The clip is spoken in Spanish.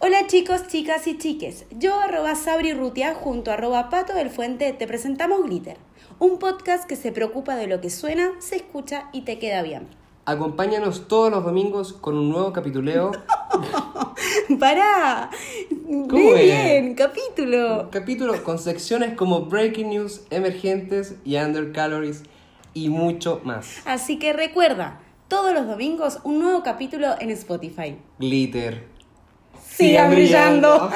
Hola chicos, chicas y chiques. Yo arroba Sabri Rutia junto a arroba Pato del Fuente te presentamos Glitter, un podcast que se preocupa de lo que suena, se escucha y te queda bien. Acompáñanos todos los domingos con un nuevo capituleo, ¡Pará! ¿Cómo ¡Ve es? bien! ¡Capítulo! capítulo con secciones como Breaking News, Emergentes y Under Calories y mucho más. Así que recuerda, todos los domingos un nuevo capítulo en Spotify. Glitter. ¡Sigan brillando.